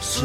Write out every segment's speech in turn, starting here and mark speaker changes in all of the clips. Speaker 1: 是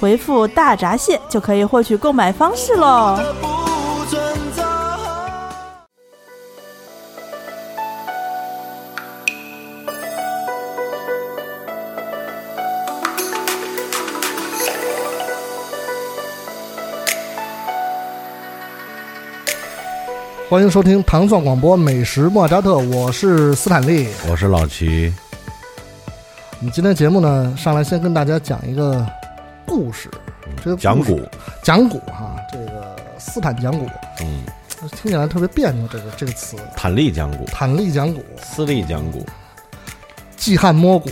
Speaker 2: 回复“大闸蟹”就可以获取购买方式喽。
Speaker 1: 欢迎收听糖蒜广播美食莫扎特，我是斯坦利。
Speaker 3: 我是老齐，
Speaker 1: 我们今天节目呢，上来先跟大家讲一个故事，这个故事
Speaker 3: 讲古，
Speaker 1: 讲古哈，这个斯坦讲古，
Speaker 3: 嗯，
Speaker 1: 听起来特别别扭，这个这个词，
Speaker 3: 坦力讲古，
Speaker 1: 坦力讲古，
Speaker 3: 斯利讲古，
Speaker 1: 季汉摸骨，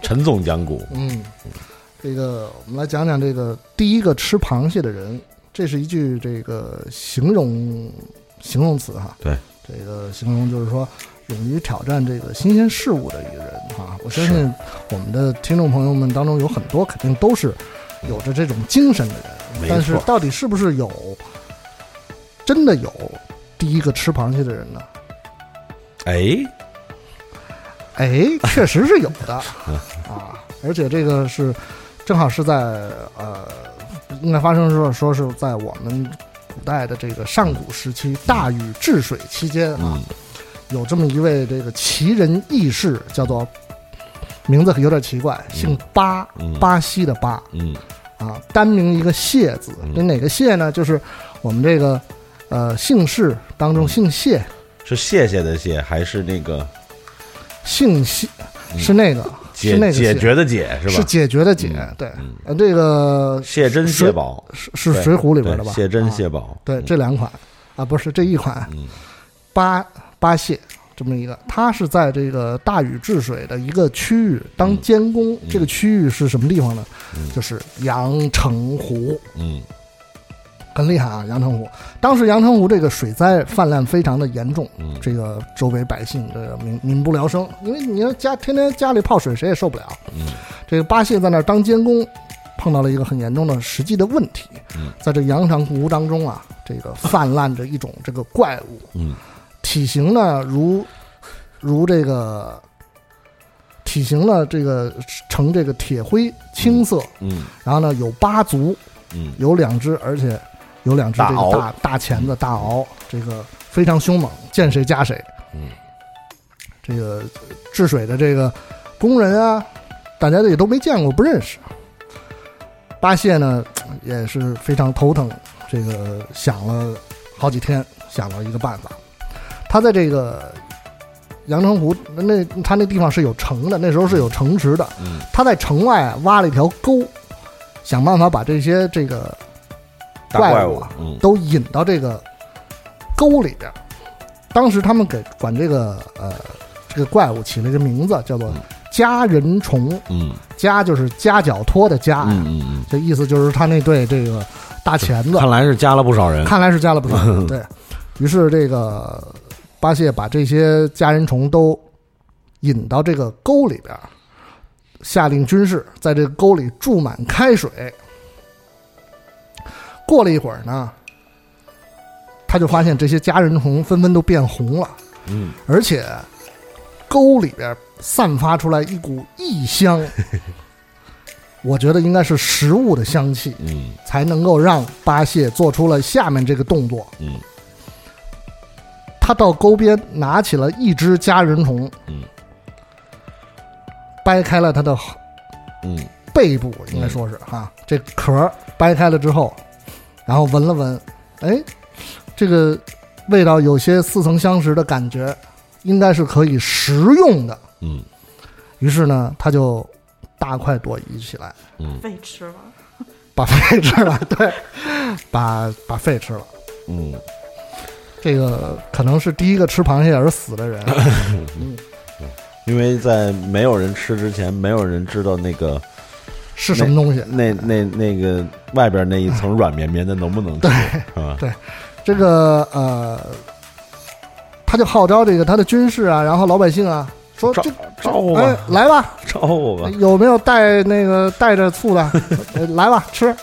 Speaker 3: 陈总讲古，
Speaker 1: 嗯，这个我们来讲讲这个第一个吃螃蟹的人，这是一句这个形容形容词哈。
Speaker 3: 对，
Speaker 1: 这个形容就是说勇于挑战这个新鲜事物的一个人哈。我相信我们的听众朋友们当中有很多肯定都是有着这种精神的人
Speaker 3: 没，
Speaker 1: 但是
Speaker 3: 错
Speaker 1: 到底是不是有真的有第一个吃螃蟹的人呢？
Speaker 3: 哎，
Speaker 1: 哎，确实是有的啊，而且这个是正好是在呃，应该发生的时候说是在我们古代的这个上古时期大禹治水期间啊，
Speaker 3: 嗯，
Speaker 1: 有这么一位这个奇人异士，叫做名字有点奇怪，姓巴，
Speaker 3: 嗯
Speaker 1: 巴西的巴
Speaker 3: 嗯，
Speaker 1: 啊，单名一个谢字，这哪个谢呢？就是我们这个呃姓氏当中姓谢，
Speaker 3: 是谢谢的谢，还是那个
Speaker 1: 姓谢
Speaker 3: 嗯
Speaker 1: 是那个是
Speaker 3: 解
Speaker 1: 那个
Speaker 3: 解
Speaker 1: 谢
Speaker 3: 决的解是
Speaker 1: 是
Speaker 3: 吧？
Speaker 1: 解决的解，
Speaker 3: 嗯
Speaker 1: 对
Speaker 3: 嗯，
Speaker 1: 呃，这个
Speaker 3: 谢珍
Speaker 1: 水
Speaker 3: 谢宝
Speaker 1: 是是《水浒》里边的吧？
Speaker 3: 对谢珍谢
Speaker 1: 啊，
Speaker 3: 宝，
Speaker 1: 对，这两款啊，不是这一款
Speaker 3: 嗯
Speaker 1: 八八蟹这么一个，它是在这个大禹治水的一个区域当监工，这个区域是什么地方呢？
Speaker 3: 嗯
Speaker 1: 就是阳澄湖，
Speaker 3: 嗯
Speaker 1: 很厉害啊！阳澄湖当时阳澄湖这个水灾泛滥非常的严重，
Speaker 3: 嗯，
Speaker 1: 这个周围百姓这个民民不聊生，因为你要家天天家里泡水，谁也受不了。
Speaker 3: 嗯，
Speaker 1: 这个巴谢在那儿当监工，碰到了一个很严重的实际的问题。
Speaker 3: 嗯，
Speaker 1: 在这阳澄湖当中啊，这个泛滥着一种这个怪物，
Speaker 3: 嗯，
Speaker 1: 体型呢如如这个体型呢这个呈这个铁灰青色，
Speaker 3: 嗯
Speaker 1: 然后呢有八足，
Speaker 3: 嗯
Speaker 1: 有两只，而且有两只这
Speaker 3: 大嗯
Speaker 1: 个
Speaker 3: 鳌
Speaker 1: 大大钳子大鳌，这个非常凶猛，见谁夹谁。
Speaker 3: 嗯，
Speaker 1: 这个治水的这个工人啊，大家也都没见过，不认识。八戒呢也是非常头疼，这个想了好几天，想了一个办法。他在这个阳澄湖那他那地方是有城的，那时候是有城池的，
Speaker 3: 嗯
Speaker 1: 他在城外啊挖了一条沟，想办法把这些这个
Speaker 3: 大
Speaker 1: 怪
Speaker 3: 怪
Speaker 1: 物
Speaker 3: 物
Speaker 1: 啊，
Speaker 3: 嗯
Speaker 1: 都引到这个沟里边儿。当时他们给管这个呃这个怪物起了一个名字，叫做
Speaker 3: 嗯
Speaker 1: 家人虫。
Speaker 3: 嗯
Speaker 1: 家就是夹脚拖的夹呀，
Speaker 3: 嗯嗯
Speaker 1: 这意思就是他那对这个大钳子
Speaker 3: 嗯，，看来是加了不少人，
Speaker 1: 看来是加了不少人。对于是这个巴谢把这些家人虫都引到这个沟里边儿，下令军士在这个沟里注满开水。过了一会儿呢，他就发现这些家人虫纷纷都变红了，
Speaker 3: 嗯，
Speaker 1: 而且沟里边散发出来一股异香，我觉得应该是食物的香气。
Speaker 3: 嗯
Speaker 1: 才能够让巴谢做出了下面这个动作。
Speaker 3: 嗯
Speaker 1: 他到沟边拿起了一只家人虫，
Speaker 3: 嗯，
Speaker 1: 掰开了它的
Speaker 3: 嗯
Speaker 1: 背部，应该说是哈、这壳儿掰开了之后，然后闻了闻，哎，这个味道有些似曾相识的感觉，应该是可以食用的。
Speaker 3: 嗯
Speaker 1: 于是呢，他就大快朵颐起来，
Speaker 3: 嗯
Speaker 2: 被吃了，
Speaker 1: 把肺吃了，对，把把肺吃了。
Speaker 3: 嗯，
Speaker 1: 这个可能是第一个吃螃蟹而死的人，嗯，
Speaker 3: 因为在没有人吃之前，没有人知道那个
Speaker 1: 是什么东西。
Speaker 3: 那那那个外边那一层软绵绵的能不能吃
Speaker 1: 对，
Speaker 3: 啊？
Speaker 1: 这个呃，他就号召这个他的军士啊，然后老百姓啊，说
Speaker 3: 招
Speaker 1: 这
Speaker 3: 招呼
Speaker 1: 哎
Speaker 3: 吧，
Speaker 1: 来吧，
Speaker 3: 招呼吧，
Speaker 1: 有没有带那个带着 醋的？呃来吧，吃。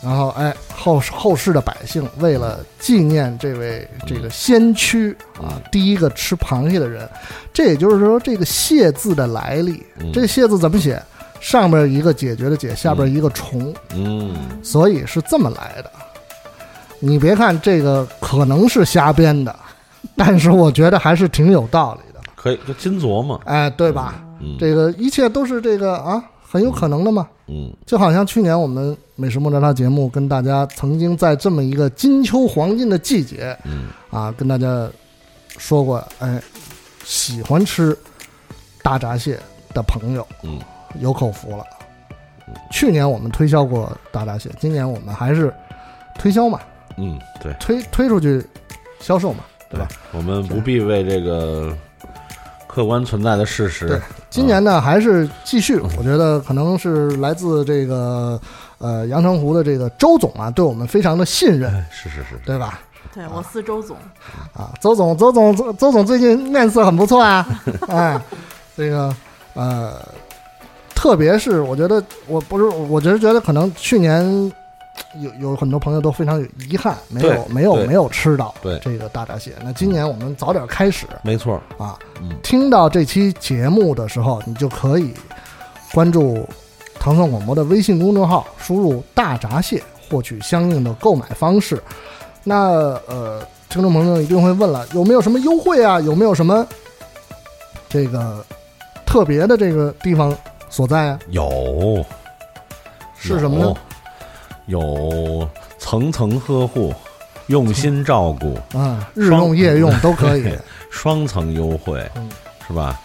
Speaker 1: 然后哎，后后世的百姓为了纪念这位这个先驱
Speaker 3: 哎
Speaker 1: 啊，第一个吃螃蟹的人，这也就是说这个“蟹”字的来历。
Speaker 3: 嗯
Speaker 1: 这“蟹”字怎么写？上边一个解决的“解”，下边一个虫。
Speaker 3: 嗯
Speaker 1: 所以是这么来的。你别看这个可能是瞎编的，但是我觉得还是挺有道理的，
Speaker 3: 可以，就金琢磨，
Speaker 1: 哎，对吧？
Speaker 3: 嗯
Speaker 1: 这个一切都是这个啊，很有可能的嘛。
Speaker 3: 嗯
Speaker 1: 就好像去年我们美食莫扎他节目跟大家曾经在这么一个金秋黄金的季节
Speaker 3: 嗯
Speaker 1: 啊，跟大家说过，哎，喜欢吃大闸蟹的朋友
Speaker 3: 嗯
Speaker 1: 有口福了。去年我们推销过大闸蟹，今年我们还是推销嘛，
Speaker 3: 嗯，对
Speaker 1: 推推出去销售嘛。对吧？
Speaker 3: 我们不必为这个客观存在的事实
Speaker 1: 对，今年
Speaker 3: 啊
Speaker 1: 呢，还是继续，
Speaker 3: 嗯
Speaker 1: 我觉得可能是来自这个呃阳澄湖的这个周总啊，对我们非常的信任，
Speaker 3: 哎是是是，
Speaker 1: 对吧？
Speaker 2: 对我四周总，
Speaker 1: 啊，周总，周总，周周总最近面色很不错啊，哎，这个呃，特别是我觉得，我不是，我只是觉得可能去年有有很多朋友都非常有遗憾，没有
Speaker 3: 对
Speaker 1: 没有
Speaker 3: 对
Speaker 1: 没有吃到
Speaker 3: 对
Speaker 1: 这个大闸蟹。那今年我们早点开始
Speaker 3: 没错，
Speaker 1: 啊，
Speaker 3: 嗯
Speaker 1: 听到这期节目的时候，你就可以关注唐宋广播的微信公众号，输入“大闸蟹”获取相应的购买方式。那呃，听众朋友一定会问了，有没有什么优惠啊？有没有什么这个特别的这个地方所在啊？
Speaker 3: 有
Speaker 1: 是什么呢？
Speaker 3: 有有层层呵护，用心照顾，
Speaker 1: 啊、日用
Speaker 3: 嗯
Speaker 1: 夜用都可 以。
Speaker 3: 双层优惠
Speaker 1: 嗯，
Speaker 3: 是吧？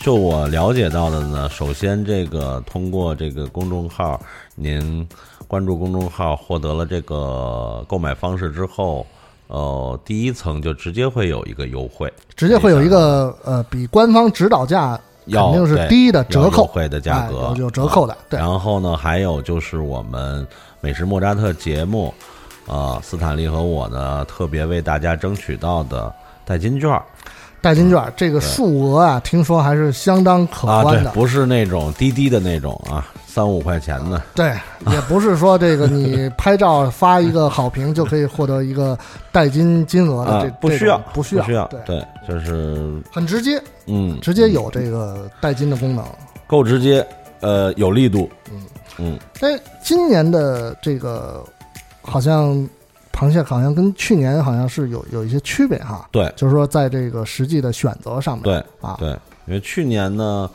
Speaker 3: 就我了解到的呢，首先这个通过这个公众号，您关注公众号获得了这个购买方式之后，呃，第一层就直接会有一个优惠，
Speaker 1: 直接会有一个呃比官方指导价肯
Speaker 3: 要
Speaker 1: 定是
Speaker 3: 对
Speaker 1: 低的折
Speaker 3: 要优
Speaker 1: 扣，
Speaker 3: 惠的价
Speaker 1: 哎
Speaker 3: 格嗯
Speaker 1: 有有折扣的，对，
Speaker 3: 然后呢，还有就是我们美食莫扎特节目，啊、斯坦利和我呢特别为大家争取到的代金券儿
Speaker 1: 代金券这个数额啊，听说还是相当可
Speaker 3: 嗯啊，对
Speaker 1: 观的，。
Speaker 3: 不是那种滴滴的那种啊，三五块钱的，
Speaker 1: 对， 也不是说这个你拍照发一个好评就可以获得一个代金金额的，
Speaker 3: 啊
Speaker 1: 这，
Speaker 3: 不需要
Speaker 1: 这种，
Speaker 3: 不
Speaker 1: 不需要，
Speaker 3: 需要，
Speaker 1: 对，
Speaker 3: 对，就是
Speaker 1: 很直接，
Speaker 3: 嗯，
Speaker 1: 直接有这个代金的功能。
Speaker 3: 够直接，呃，有力度，嗯
Speaker 1: 但哎今年的这个好像螃蟹好像跟去年好像是有有一些区别哈，
Speaker 3: 对
Speaker 1: 就是说在这个实际的选择上面，
Speaker 3: 对
Speaker 1: 啊，
Speaker 3: 对，因为去年呢，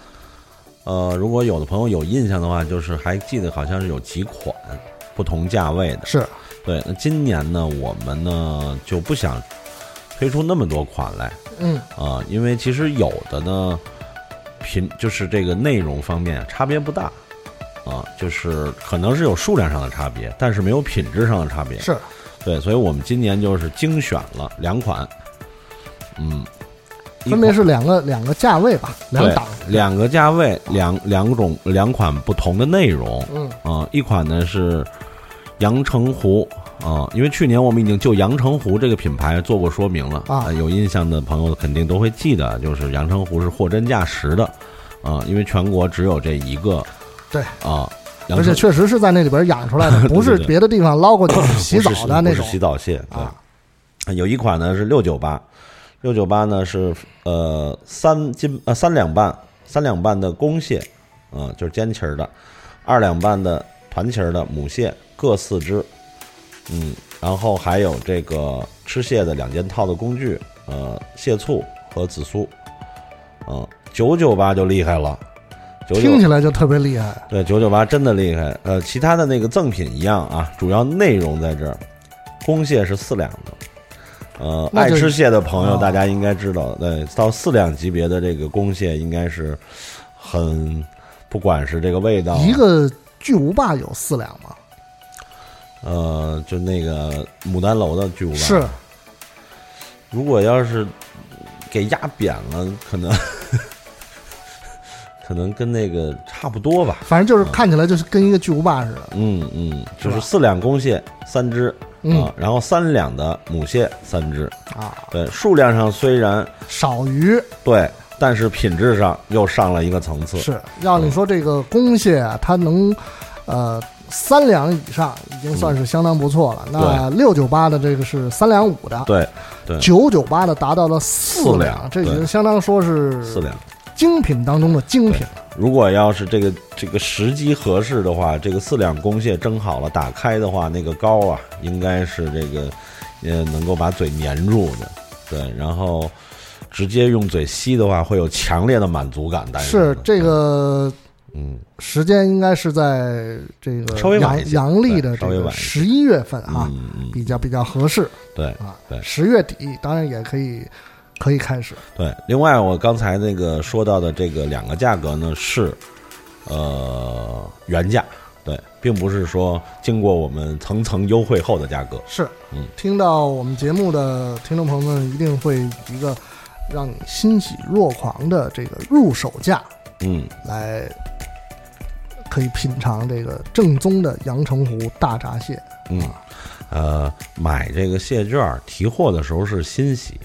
Speaker 3: 呃，如果有的朋友有印象的话，就是还记得好像是有几款不同价位的，
Speaker 1: 是
Speaker 3: 对，那今年呢，我们呢就不想推出那么多款来
Speaker 1: 嗯
Speaker 3: 啊、因为其实有的呢，品就是这个内容方面差别不大啊、就是可能是有数量上的差别，但是没有品质上的差别。
Speaker 1: 是
Speaker 3: 对，所以我们今年就是精选了两款，嗯，一
Speaker 1: 分别
Speaker 3: 款
Speaker 1: 是两个两个价位吧，两
Speaker 3: 对
Speaker 1: 档，
Speaker 3: 两个价位，两两种两款不同的内容
Speaker 1: 嗯
Speaker 3: 啊、一款呢是阳澄湖啊、因为去年我们已经就阳澄湖这个品牌做过说明了
Speaker 1: 啊
Speaker 3: 呃有印象的朋友肯定都会记得，就是阳澄湖是货真价实的啊、因为全国只有这一个，
Speaker 1: 对
Speaker 3: 啊、阳
Speaker 1: 而且
Speaker 3: 澄
Speaker 1: 确实是在那里边养出来的，不是
Speaker 3: 对对对
Speaker 1: 别的地方捞过去洗
Speaker 3: 不是
Speaker 1: 澡的那
Speaker 3: 不是
Speaker 1: 种
Speaker 3: 洗澡蟹对
Speaker 1: 啊。
Speaker 3: 有一款呢是六九八，六九八呢是呃三斤呃三两半三两半的公蟹，啊、就是尖鳍儿的，二两半的团鳍儿的母蟹各四只，嗯，然后还有这个吃蟹的两件套的工具，呃，蟹醋和紫苏，嗯、九九八就厉害了，九九
Speaker 1: 听起来就特别厉害。
Speaker 3: 对，九九八真的厉害。呃，其他的那个赠品一样啊，主要内容在这儿。公蟹是四两的，呃，
Speaker 1: 那
Speaker 3: 爱
Speaker 1: 就
Speaker 3: 吃蟹的朋友
Speaker 1: 哦
Speaker 3: 大家应该知道，对，到四两级别的这个公蟹应该是很，不管是这个味道，
Speaker 1: 一个巨无霸有四两吗？
Speaker 3: 呃，就那个牡丹楼的巨无霸，
Speaker 1: 是，
Speaker 3: 如果要是给压扁了，可能 可能跟那个差不多吧。
Speaker 1: 反正就是看起来就是跟一个巨无霸似的。
Speaker 3: 嗯嗯，就是是
Speaker 1: 吧
Speaker 3: 四两公蟹三只
Speaker 1: 嗯
Speaker 3: 啊，然后三两的母蟹三只。
Speaker 1: 啊，
Speaker 3: 对，数量上虽然
Speaker 1: 少鱼
Speaker 3: 对，但是品质上又上了一个层次。
Speaker 1: 是要你说这个公蟹啊，它能呃三两以上已经算是相当不错了。那六九八的这个是三两五的，
Speaker 3: 对，对
Speaker 1: 九九八的达到了四
Speaker 3: 四
Speaker 1: 两，
Speaker 3: 两
Speaker 1: 这已
Speaker 3: 对
Speaker 1: 经相当说是
Speaker 3: 四两。
Speaker 1: 精品当中的精品了。
Speaker 3: 如果要是这个这个时机合适的话，这个四两公蟹蒸好了打开的话，那个膏啊，应该是这个呃能够把嘴粘住的，对，然后直接用嘴吸的话，会有强烈的满足感。但
Speaker 1: 是这
Speaker 3: 嗯
Speaker 1: 个
Speaker 3: 嗯，
Speaker 1: 时间应该是在这个
Speaker 3: 稍微晚
Speaker 1: 阳
Speaker 3: 一些
Speaker 1: 阳历的这
Speaker 3: 对稍微
Speaker 1: 个
Speaker 3: 晚一些
Speaker 1: 十一月份啊，
Speaker 3: 嗯嗯
Speaker 1: 比较比较合适
Speaker 3: 对
Speaker 1: 啊。
Speaker 3: 对
Speaker 1: 十月底当然也可以可以开始。
Speaker 3: 对。另外，我刚才那个说到的这个两个价格呢是呃原价，对，并不是说经过我们层层优惠后的价格。
Speaker 1: 是，
Speaker 3: 嗯
Speaker 1: 听到我们节目的听众朋友们一定会以一个让你欣喜若狂的这个入手价
Speaker 3: 嗯，
Speaker 1: 来，可以品尝这个正宗的阳澄湖大闸蟹。
Speaker 3: 嗯，呃，买这个蟹券儿提货的时候是欣喜，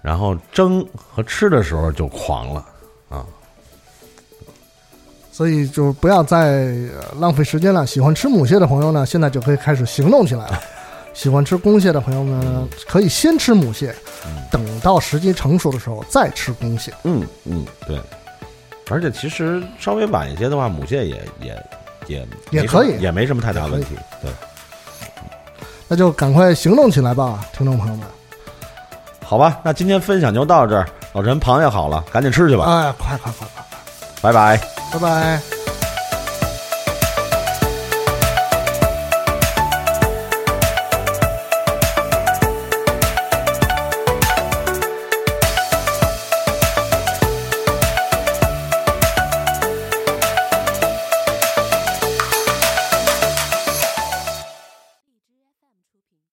Speaker 3: 然后蒸和吃的时候就狂了啊！
Speaker 1: 所以就不要再呃浪费时间了。喜欢吃母蟹的朋友呢，现在就可以开始行动起来了。喜欢吃公蟹的朋友呢，可以先吃母蟹，等到时机成熟的时候再吃公蟹。
Speaker 3: 嗯嗯，对。而且其实稍微晚一些的话，母蟹也也也
Speaker 1: 也
Speaker 3: 没什么
Speaker 1: 可以
Speaker 3: 也没什么太大问题。对，
Speaker 1: 那就赶快行动起来吧，听众朋友们！
Speaker 3: 好吧，那今天分享
Speaker 1: 啊
Speaker 3: 就到这儿。老陈螃蟹好了，赶紧吃去吧，
Speaker 1: 哎，快快快快，快
Speaker 3: 拜拜。
Speaker 1: 拜拜。